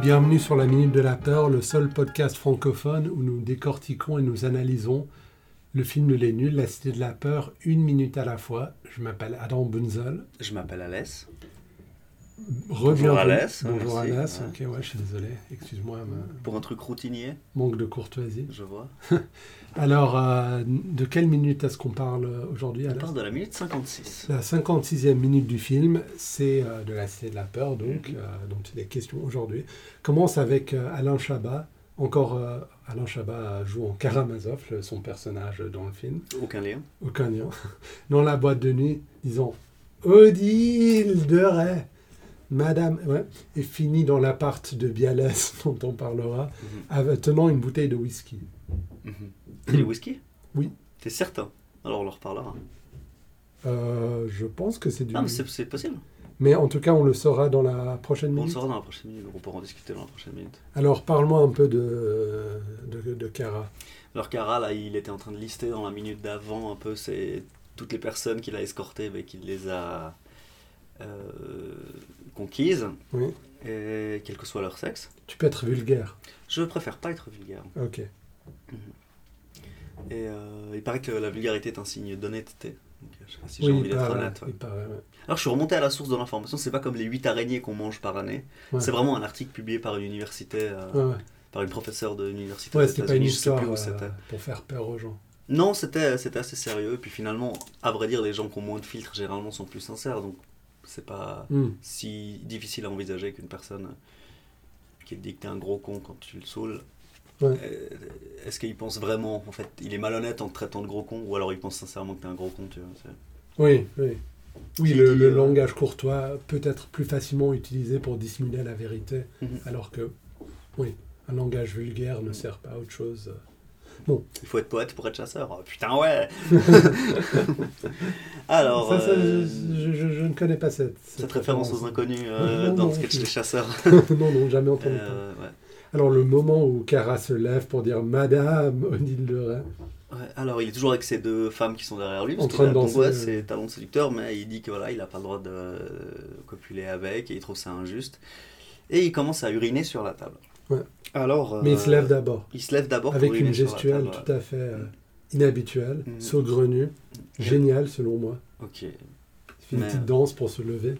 bienvenue sur la Minute de la Peur, le seul podcast francophone où nous décortiquons et nous analysons le film Les Nuls, La Cité de la Peur, une minute à la fois. Je m'appelle Adam Bunzel. Je m'appelle Alès. Reviens. Bonjour Alès. Bonjour Alès. Merci. Ouais. Ok, ouais, je suis désolé. Excuse-moi, ma- Pour un truc routinier, manque de courtoisie. je vois. Alors, euh, de quelle minute est-ce qu'on parle aujourd'hui, On Alès parle de la minute 56. La 56e minute du film, c'est euh, de la Cité de la Peur, Mhm. donc, euh, dont il est question aujourd'hui, commence avec euh, Alain Chabat. Encore, euh, Alain Chabat euh, joue en Karamazov, le- son personnage euh, dans le film, Aucun lien. aucun lien, dans la boîte de nuit, disant Odile de Ray, Madame, ouais, et finit dans l'appart de Bialès, dont on parlera, Mhm. avec- tenant une bouteille de whisky. Et le whisky Oui. T'es certain Alors on leur parlera. Euh, je pense que c'est du. Ah, mais c'est c'est possible. mais en tout cas, on le saura dans la prochaine On le minute. saura dans la prochaine minute. On pourra en discuter dans la prochaine minute. Alors, parle-moi un peu de, de, de Cara. Alors Cara, là, il était en train de lister dans la minute d'avant un peu c'est toutes les personnes qu'il a escortées, mais qu'il les a euh, conquises, Oui. et quel que soit leur sexe. Tu peux être vulgaire. Je préfère pas être vulgaire. Ok. Et euh, il paraît que la vulgarité est un signe d'honnêteté. Donc, je sais pas si j'ai Oui, bah, envie il d'être paraît, honnête. ouais. il paraît, ouais. Alors je suis remonté à la source de l'information, c'est pas comme les 8 araignées qu'on mange par année. Ouais. C'est vraiment un article publié par une université, euh, Ouais, ouais. par une professeure de l'université Ouais, des c'était pas une États-Unis, je sais histoire plus où euh, c'était. pour faire peur aux gens. Non, c'était euh, c'était assez sérieux. Et puis finalement, à vrai dire, les gens qui ont moins de filtres généralement sont plus sincères, donc c'est pas Hmm. si difficile à envisager qu'une personne qui te dit que t'es un gros con quand tu le saoules. Ouais. euh, Est-ce qu'il pense vraiment En fait, il est malhonnête en te traitant de gros con, ou alors il pense sincèrement que t'es un gros con, tu vois. c'est- Oui, oui. Oui, Qui le, dit, le euh, langage courtois peut être plus facilement utilisé pour dissimuler la vérité, Mhm. alors que, oui, un langage vulgaire ne sert pas à autre chose. Bon, Il faut être poète pour être chasseur. Oh, putain, ouais Alors, ça, ça, euh, je, je- je ne connais pas cette, cette référence aux inconnus euh, Non, non, dans non, le sketch je- des chasseurs. non, non, jamais entendu parler. Euh, ouais. Alors, le moment où Cara se lève pour dire Madame Odile de Rhin, Ouais, alors, il est toujours avec ces deux femmes qui sont derrière lui. Parce En train de qu'il a- danser, Pongwa, euh. c'est talent de séducteur, mais il dit que voilà, il n'a pas le droit de euh, copuler avec et il trouve ça injuste. Et il commence à uriner sur la table. Ouais. Alors, euh, mais il se lève d'abord. il se lève d'abord pour avec une uriner Oh, sur la gestuelle table, tout à fait euh, inhabituelle, Mm. saugrenue, Ouais. géniale selon moi. ouais. Ok. Il fait une Mais- euh, petite danse pour se lever.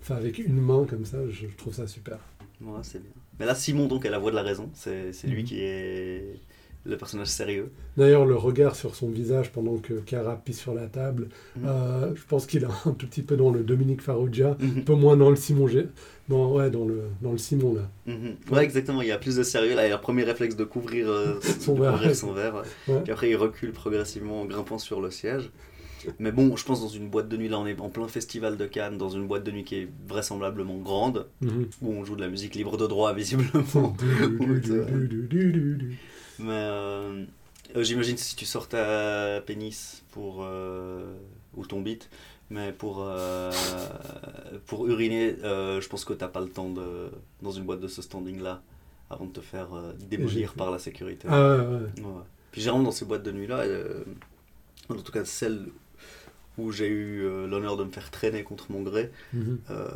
Enfin, avec une main comme ça, je je trouve ça super. Ouais, c'est bien. Mais là, Simon, donc, est la voix de la raison. C'est c'est lui Mhm. qui est le personnage sérieux. D'ailleurs, le regard sur son visage pendant que Cara pisse sur la table, Mm. euh, je pense qu'il a un tout petit peu dans le Dominique Farrugia, un peu moins dans le Simon G. Dans, ouais, dans le, dans le Simon, là. Mhm. Ouais, exactement, il y a plus de sérieux. Là, il y a le premier réflexe de couvrir euh, Son de verre. couvrir son verre. Ouais. Puis après, il recule progressivement en grimpant sur le siège. Mais bon, je pense dans une boîte de nuit, là, on est en plein festival de Cannes, dans une boîte de nuit qui est vraisemblablement grande, Mhm. où on joue de la musique libre de droit, visiblement. Du- du- c'est du- du- du- du- du. Mais euh, euh, j'imagine si tu sors ta pénis pour. euh, ou ton bit, mais pour, euh, pour uriner, euh, je pense que t'as pas le temps de, dans une boîte de ce standing-là avant de te faire euh, démolir Éjecter. par la sécurité. Ah, ouais, ouais. Ouais. Puis généralement, dans ces boîtes de nuit-là, euh, en tout cas celle où j'ai eu euh, l'honneur de me faire traîner contre mon gré, Mhm. euh,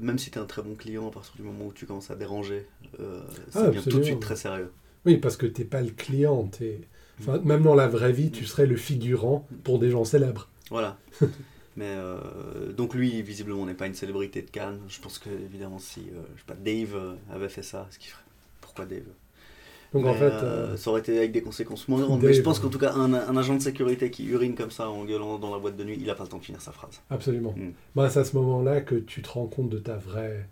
même si t'es un très bon client, à partir du moment où tu commences à déranger, euh, Ah, ça devient tout de absolument. suite très sérieux. Oui, parce que t'es pas le client. t'es- Enfin, même dans la vraie vie, tu serais le figurant pour des gens célèbres. Voilà. Mais euh, donc lui, visiblement, n'est pas une célébrité de Cannes. Je pense que évidemment, si euh, je sais pas, Dave euh, avait fait ça, ce qu'il ferait. Pourquoi Dave Donc en Mais, fait, euh, euh, ça aurait été avec des conséquences moins grandes. Mais je Dave, euh. pense ouais. qu'en tout cas, un, un agent de sécurité qui urine comme ça en gueulant dans la boîte de nuit, il a pas le temps de finir sa phrase. absolument. Mm. Bah, c'est à ce moment-là que tu te rends compte de ta vraie.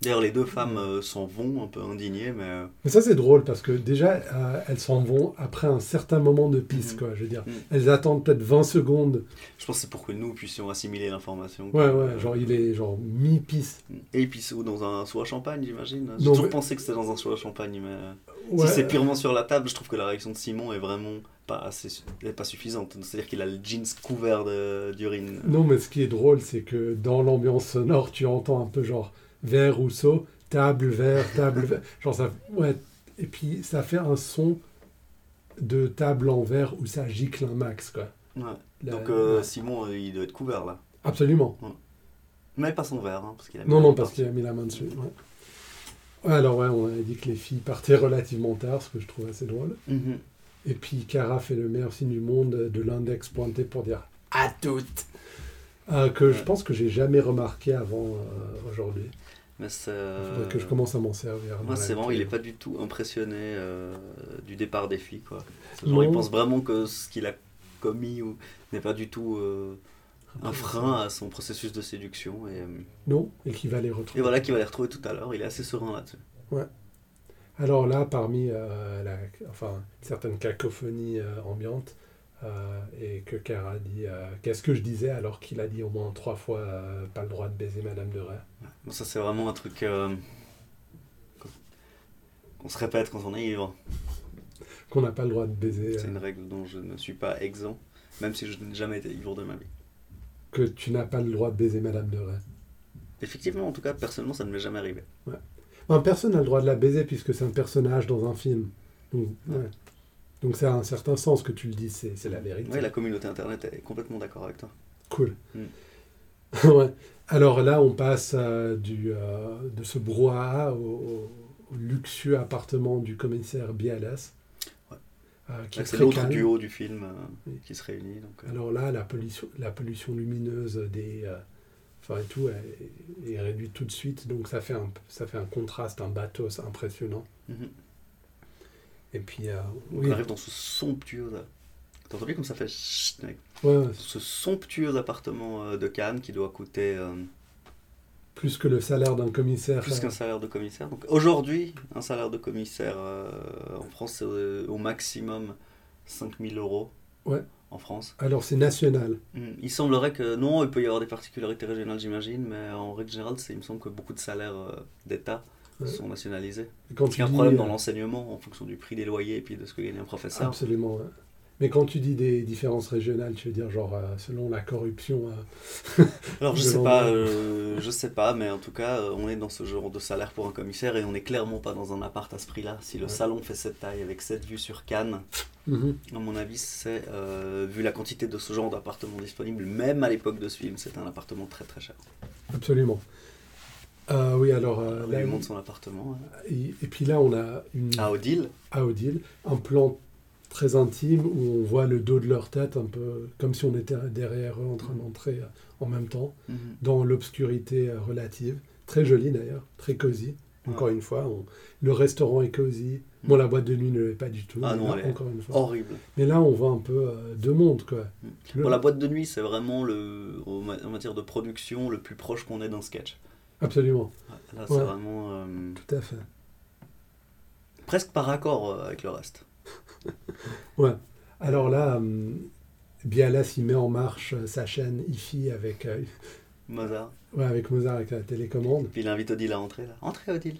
D'ailleurs, les deux femmes euh, s'en vont un peu indignées, mais euh, Mais ça, c'est drôle parce que déjà, euh, elles s'en vont après un certain moment de pisse, Mm. quoi. Je veux dire, Mm. elles attendent peut-être 20 secondes. je pense que c'est pour que nous puissions assimiler l'information. Ouais, ouais, genre il est genre mi-pisse. Et puis c'est où dans un seau à champagne, j'imagine. J'ai Non, toujours mais- pensé que c'était dans un seau à champagne, mais euh, Ouais, si c'est purement sur la table, je trouve que la réaction de Simon est vraiment pas assez, su- est pas suffisante. C'est-à-dire qu'il a le jeans couvert de- d'urine. Non, mais ce qui est drôle, c'est que dans l'ambiance sonore, tu entends un peu genre verre, rousseau, table, verre, table, verre. Genre ça. Ouais. Et puis ça fait un son de table en verre où ça gicle un max, quoi. Ouais. La- Donc euh, bah, ouais. Simon, euh, il doit être couvert là. Absolument. Mais pas son verre, hein, parce qu'il a mis Non, la non, main parce partout. qu'il a mis la main dessus. ouais. Alors ouais, on avait dit que les filles partaient relativement tard, ce que je trouve assez drôle. Mhm. Et puis Cara fait le meilleur signe du monde de l'index pointé pour dire À toutes ah, que je Ouais. pense que j'ai jamais remarqué avant euh, aujourd'hui. Mais c'est, Il euh, faudrait que je commence à m'en servir. dans Moi, la Ah, c'est vraiment, vie. il est pas du tout impressionné euh, du départ des filles, quoi. C'est Genre, il Non. pense vraiment que ce qu'il a commis ou n'est pas du tout euh, un frein à son processus de séduction. Et, euh, Non, et qui va les retrouver. et voilà qu'il va les retrouver tout à l'heure. Il est assez serein là-dessus. Alors là, parmi euh, la, enfin, certaines cacophonies euh, ambiantes, euh, et que Cara dit euh, Qu'est-ce que je disais alors qu'il a dit au moins trois fois euh, Pas le droit de baiser Madame de Ray Bon, ça, c'est vraiment un truc euh, qu'on se répète quand on est ivre. Qu'on n'a pas le droit de baiser, C'est euh, une règle dont je ne suis pas exempt, même si je n'ai jamais été ivre de ma vie. que tu n'as pas le droit de baiser Madame de Ray. Effectivement, en tout cas, personnellement, ça ne m'est jamais arrivé. Enfin, personne n'a le droit de la baiser puisque c'est un personnage dans un film. Donc, ouais. Donc ça a un certain sens que tu le dis, c'est c'est la vérité. Oui, la communauté internet est complètement d'accord avec toi. Cool. Mm. Ouais. Alors là, on passe euh, du, euh, de ce brouhaha au, au luxueux appartement du commissaire Bialas. Ouais. euh, qui Là, est C'est très l'autre calme. duo du film euh, Oui. qui se réunit. Donc, euh, Alors là, la pollution, la pollution lumineuse des, euh, enfin et tout, est, est réduite tout de suite. Donc ça fait un, ça fait un contraste, un bathos impressionnant. mhm. Et puis, euh, Donc, oui, On arrive dans ce somptueux. T'as entendu comme ça fait chut, mec ouais, ouais. Ce somptueux appartement euh, de Cannes qui doit coûter euh, plus que le salaire d'un commissaire. plus euh, qu'un salaire de commissaire. Donc aujourd'hui, un salaire de commissaire euh, en France, c'est euh, au maximum 5000 euros Ouais. en France. Alors c'est national. Mm. Il semblerait que non, il peut y avoir des particularités régionales, j'imagine, mais en règle générale, c'est- il me semble que beaucoup de salaires euh, d'État Ouais. sont nationalisés. Quand Parce qu'il y a un dis, problème dans euh, l'enseignement en fonction du prix des loyers et puis de ce que gagne un professeur. Absolument. ouais. Mais quand tu dis des différences régionales, tu veux dire genre euh, selon la corruption. euh, Alors je de sais pas, l'endroit. euh, je sais pas, mais en tout cas, euh, on est dans ce genre de salaire pour un commissaire et on est clairement pas dans un appart à ce prix-là. Si le Ouais. salon fait cette taille avec cette vue sur Cannes, à mon avis, c'est euh, vu la quantité de ce genre d'appartement disponible, même à l'époque de ce film, c'est un appartement très très cher. Absolument. Euh, oui, Euh, alors euh, On là, lui montre son appartement hein. et, et puis là, on a une à Odile. à Odile, un plan très intime où on voit le dos de leur tête, un peu comme si on était derrière eux en train d'entrer euh, en même temps, Mhm. dans l'obscurité euh, relative. Très joli d'ailleurs, très cosy. Encore Ouais. Mhm. une fois, on- le restaurant est cosy. Bon, la boîte de nuit ne l'est pas du tout. Ah mais non, là, elle est encore une fois. Horrible. Mais là, on voit un peu euh, deux mondes, quoi. Mm. Le- Bon, la boîte de nuit, c'est vraiment le, en ma- en matière de production le plus proche qu'on est d'un sketch. Absolument, Là, c'est Ouais. vraiment euh, tout à fait. presque par accord euh, avec le reste. Alors là, euh, Bialas, il met en marche euh, sa chaîne IFI avec, euh, Mozart. ouais, avec Mozart, avec la télécommande. Puis il invite Odile à entrer là. Entrez Odile,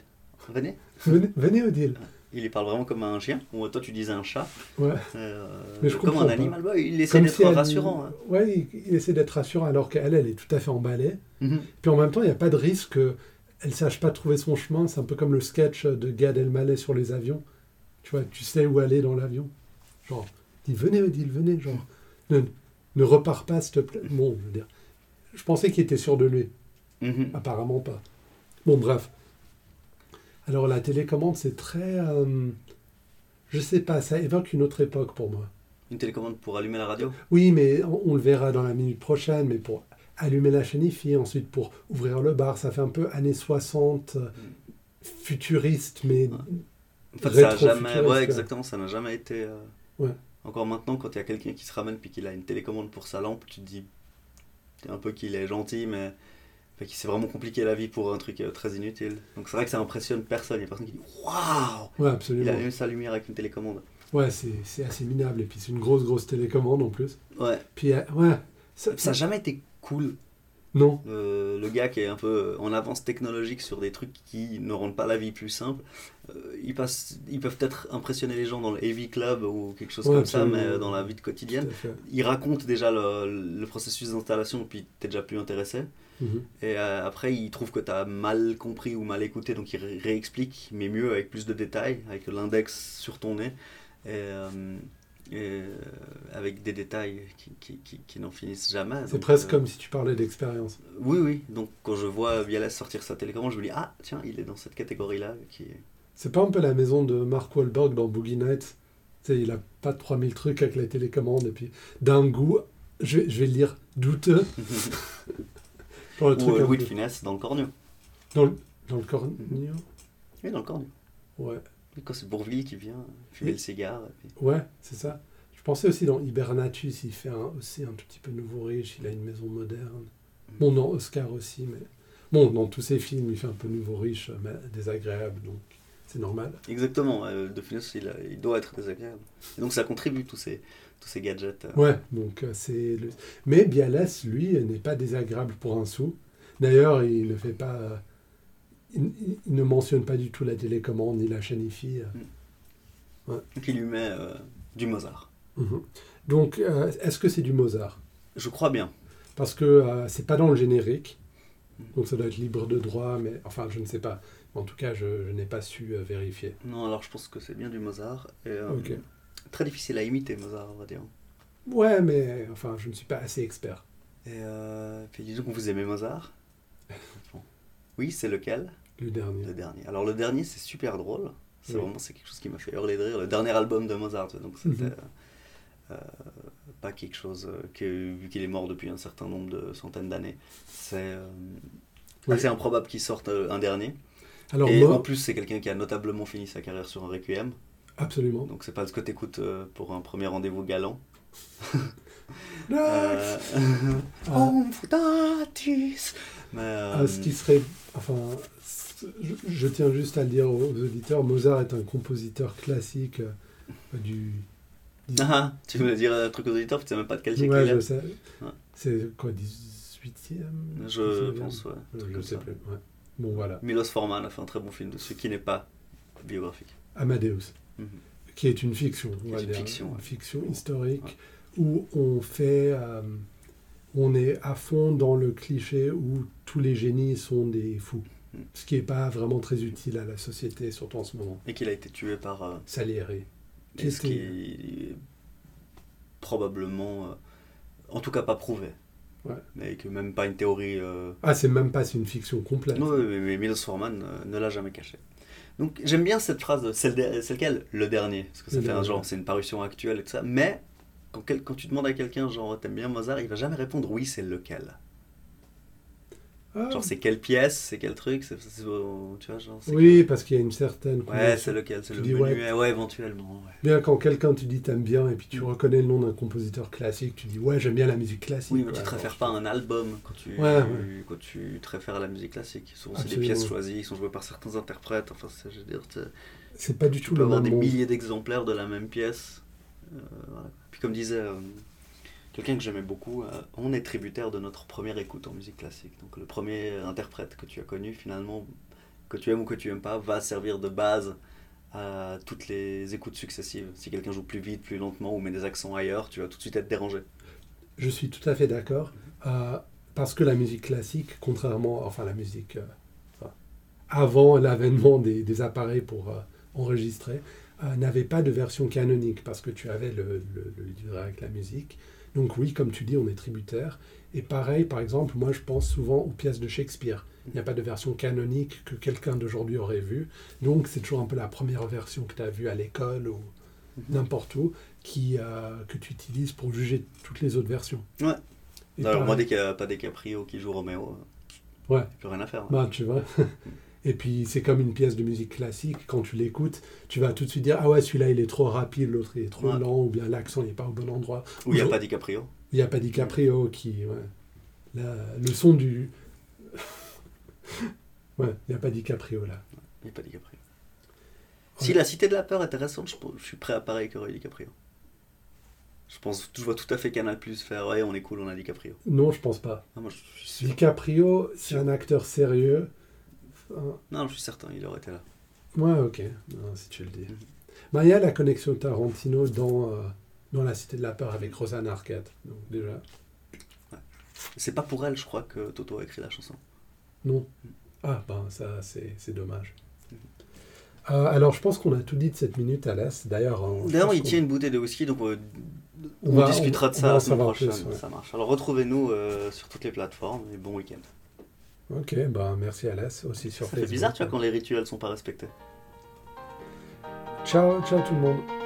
venez. Venez, venez Odile. Il lui parle vraiment comme à un chien, ou toi tu disais un chat. Ouais. Euh, Mais je comme comprends un pas. animal. Bah, il essaie Comme d'être si elle- rassurant. hein. Ouais, il, il essaie d'être rassurant alors qu'elle, elle est tout à fait emballée. Mhm. Puis en même temps, il n'y a pas de risque qu'elle ne sache pas trouver son chemin. C'est un peu comme le sketch de Gad Elmaleh sur les avions. Tu vois, tu sais où aller dans l'avion. Genre, il dit venez Odile, venez. Genre, ne, ne repars pas, s'il te plaît. Bon, je veux dire, je pensais qu'il était sûr de lui. Mhm. Apparemment pas. Bon, bref. Alors, la télécommande, c'est très. euh, je sais pas, ça évoque une autre époque pour moi. Une télécommande pour allumer la radio. Oui, mais on, on le verra dans la minute prochaine, mais pour allumer la chaîne IFI, ensuite pour ouvrir le bar, ça fait un peu années 60, euh, futuriste, mais. Ouais. En fait, ça a jamais. Rétro-futuriste, Ouais, ouais. exactement, ça n'a jamais été. euh, Ouais. Encore maintenant, quand il y a quelqu'un qui se ramène puis qu'il a une télécommande pour sa lampe, tu te dis un peu qu'il est gentil, mais. Enfin, qu'il s'est vraiment compliqué la vie pour un truc euh, très inutile. Donc c'est vrai que ça impressionne personne. Il y a personne qui dit Waouh Ouais, Il absolument. a allumé sa lumière avec une télécommande. Ouais, c'est c'est assez minable. Et puis, c'est une grosse, grosse télécommande en plus. Ouais. Puis, euh, ouais. Ça, Ça n'a jamais été cool. Non, Euh, le gars qui est un peu en avance technologique sur des trucs qui ne rendent pas la vie plus simple, euh, ils, passent, ils peuvent peut-être impressionner les gens dans le Heavy Club ou quelque chose Ouais, comme ça, mais absolument. euh, dans la vie de tout quotidienne, à fait. ils racontent déjà le, le processus d'installation, puis t'es déjà plus intéressé. Mhm. Et euh, après, ils trouvent que t'as mal compris ou mal écouté, donc ils ré- réexpliquent, mais mieux avec plus de détails, avec l'index sur ton nez. Et, euh, et, euh, avec des détails qui, qui, qui- qui n'en finissent jamais. C'est Donc, presque euh, comme si tu parlais d'expérience. Oui, oui. Donc quand je vois Vialas sortir sa télécommande, je me dis Ah, tiens, il est dans cette catégorie-là. Qui... est- C'est pas un peu la maison de Mark Wahlberg dans Boogie Nights Tu sais, il a pas 3000 trucs avec la télécommande et puis d'un goût, je vais, je vais le lire douteux. Pour le Ou truc euh, un Louis Mm. de peu- Funès dans le corneau. dans le cornio Oui, dans le corneau. Ouais, Et Quand c'est Bourville qui vient fumer Oui. le cigare. et puis- ouais c'est ça. Je pensais aussi dans Hibernatus, il fait un- aussi un tout petit peu nouveau riche, il a une maison moderne. Bon, non, Oscar aussi, mais. Bon, dans tous ses films, il fait un peu nouveau riche, euh, mais désagréable, donc c'est normal. Exactement. euh, de Funès, il, a- il doit être désagréable. Et donc ça contribue, tous ces, tous ces gadgets. euh. Ouais, donc euh, c'est. le- Mais Bialas, lui, euh, n'est pas désagréable pour un sou. D'ailleurs, il ne fait pas. euh, Il, il- il ne mentionne pas du tout la télécommande ni la chaîne IFI. euh. qui lui met euh, du Mozart. Mhm. Donc, euh, est-ce que c'est du Mozart Je crois bien. Parce que euh, c'est pas dans le générique. Mm. Donc, ça doit être libre de droit, mais enfin, je ne sais pas. En tout cas, je, je n'ai pas su euh, vérifier. Non, alors je pense que c'est bien du Mozart. Et, euh, Ok. Très difficile à imiter Mozart, on va dire. Ouais, mais enfin, je ne suis pas assez expert. Et euh, puis disons que vous aimez Mozart. Bon. Oui, c'est lequel Le dernier. Le dernier. Alors le dernier, c'est super drôle. C'est Oui. vraiment c'est quelque chose qui m'a fait hurler de rire. Le dernier album de Mozart, donc c'était Mhm. euh, euh, pas quelque chose euh, que vu qu'il est mort depuis un certain nombre de centaines d'années, c'est euh, Oui. assez improbable qu'il sorte euh, un dernier. Alors, Et Mo- en plus, c'est quelqu'un qui a notablement fini sa carrière sur un requiem. absolument. Donc c'est pas ce que t'écoutes euh, pour un premier rendez-vous galant. Ah, Euh, Confrontatis. Mais, euh, Ah, ce qui serait. Enfin, ce- je, je tiens juste à le dire aux, aux auditeurs Mozart est un compositeur classique euh, du. Ah, tu voulais dire un truc aux auditeurs, puis tu sais même pas de quel siècle Ouais, il est. je sais. Ouais. C'est quoi, 18e Je pense, ouais. un Je truc ne comme sais ça. plus. ouais. Bon, voilà. Milos Forman a fait un très bon film dessus qui n'est pas biographique. Amadeus, Mhm. qui est une fiction. on est va une dire, fiction, ouais. Une fiction historique où on fait. euh, on est à fond dans le cliché où tous les génies sont des fous. Mhm. Ce qui n'est pas vraiment très utile à la société, surtout en ce moment. Et qu'il a été tué par. euh, Salieri. Qui et ce qui était- est probablement. euh, en tout cas, pas prouvé. Ouais. Mais que même pas une théorie. euh, Ah, c'est même pas, c'est une fiction complète. Non, mais, mais Milos Forman euh, ne l'a jamais caché. Donc j'aime bien cette phrase, de- c'est le der- c'est lequel Le dernier, parce que ça Le fait un dernier. genre, c'est une parution actuelle et tout ça, mais quand, quel- quand tu demandes à quelqu'un, genre, t'aimes bien Mozart, il va jamais répondre oui, c'est lequel. Ah, Genre, c'est quelle pièce, c'est quel truc, c'est, c'est- euh, tu vois, genre, c'est oui, parce qu'il y a une certaine. quoi Ouais, c'est lequel, c'est Tu le dis menu, Eh, ouais. ouais, ouais, éventuellement, ouais. Bien quand quelqu'un tu dis t'aimes bien et puis tu Mm. reconnais le nom d'un compositeur classique, tu dis ouais j'aime bien la musique classique. Oui, mais tu Ouais, te réfères pas à un album quand tu, Ouais, ouais. quand tu te réfères à la musique classique. Souvent, c'est des Absolument. pièces choisies, qui sont jouées par certains interprètes, enfin, c'est, je veux dire, t'es- C'est pas du Tu tout peux le avoir même des monde. milliers d'exemplaires de la même pièce. Euh, voilà. Puis comme disait euh, quelqu'un que j'aimais beaucoup, euh, on est tributaire de notre première écoute en musique classique. Donc le premier interprète que tu as connu finalement, que tu aimes ou que tu aimes pas, va servir de base à toutes les écoutes successives. Si quelqu'un joue plus vite, plus lentement ou met des accents ailleurs, tu vas tout de suite être dérangé. Je suis tout à fait d'accord Mm. euh, parce que la musique classique, contrairement enfin la musique euh, enfin, avant l'avènement des, des appareils pour euh, enregistrer, euh, n'avait pas de version canonique parce que tu avais le, le- le livret avec la musique. Donc oui, comme tu dis, on est tributaire. Et pareil, par exemple, moi je pense souvent aux pièces de Shakespeare. Il n'y a pas de version canonique que quelqu'un d'aujourd'hui aurait vue. Donc c'est toujours un peu la première version que tu as vue à l'école ou Mhm. n'importe où qui, euh, que tu utilises pour juger toutes les autres versions. Ouais. Et Alors, moi, pareil- dès qu'il n'y a pas des Caprio qui joue Roméo, euh, Ouais. y a plus rien à faire. Bah, tu vois. Et puis c'est comme une pièce de musique classique, quand tu l'écoutes, tu vas tout de suite dire Ah ouais, celui-là il est trop rapide, l'autre il est trop Ouais. lent, ou bien l'accent il n'est pas au bon endroit. Ou il n'y a Je- pas DiCaprio. Il n'y a pas DiCaprio qui. ouais. La- le son du. ouais, il n'y a pas DiCaprio là. Il n'y a pas DiCaprio. Si la cité de la peur est intéressante, je, pense- je suis prêt à parier que Roy DiCaprio. Je pense, je vois tout à fait Canal Plus faire ouais, on est cool, on a DiCaprio. Non, je pense pas. Ah, moi, je suis sûr. DiCaprio, c'est un acteur sérieux. Enfin, Non, je suis certain, il aurait été là. Ouais, ok, Non, si tu le dis. Mhm. Ben, il y a la connexion Tarantino dans, euh, dans La Cité de la Peur avec Rosanne Arquette. Donc, déjà, C'est pas pour elle, je crois, que Toto a écrit la chanson. non. Ah, ben ça, c'est c'est dommage. Euh, alors, je pense qu'on a tout dit de cette minute, Alès. D'ailleurs, on, je D'ailleurs, pense il qu'on- tient une bouteille de whisky, donc euh, on on, va- discutera de on- on ça va en la semaine savoir plus, prochaine. ouais. Ça marche. Alors retrouvez-nous euh, sur toutes les plateformes et bon week-end. Ok, ben merci Alès, aussi sur Ça fait Facebook. bizarre, tu vois, quand les rituels sont pas respectés. Ciao, ciao tout le monde.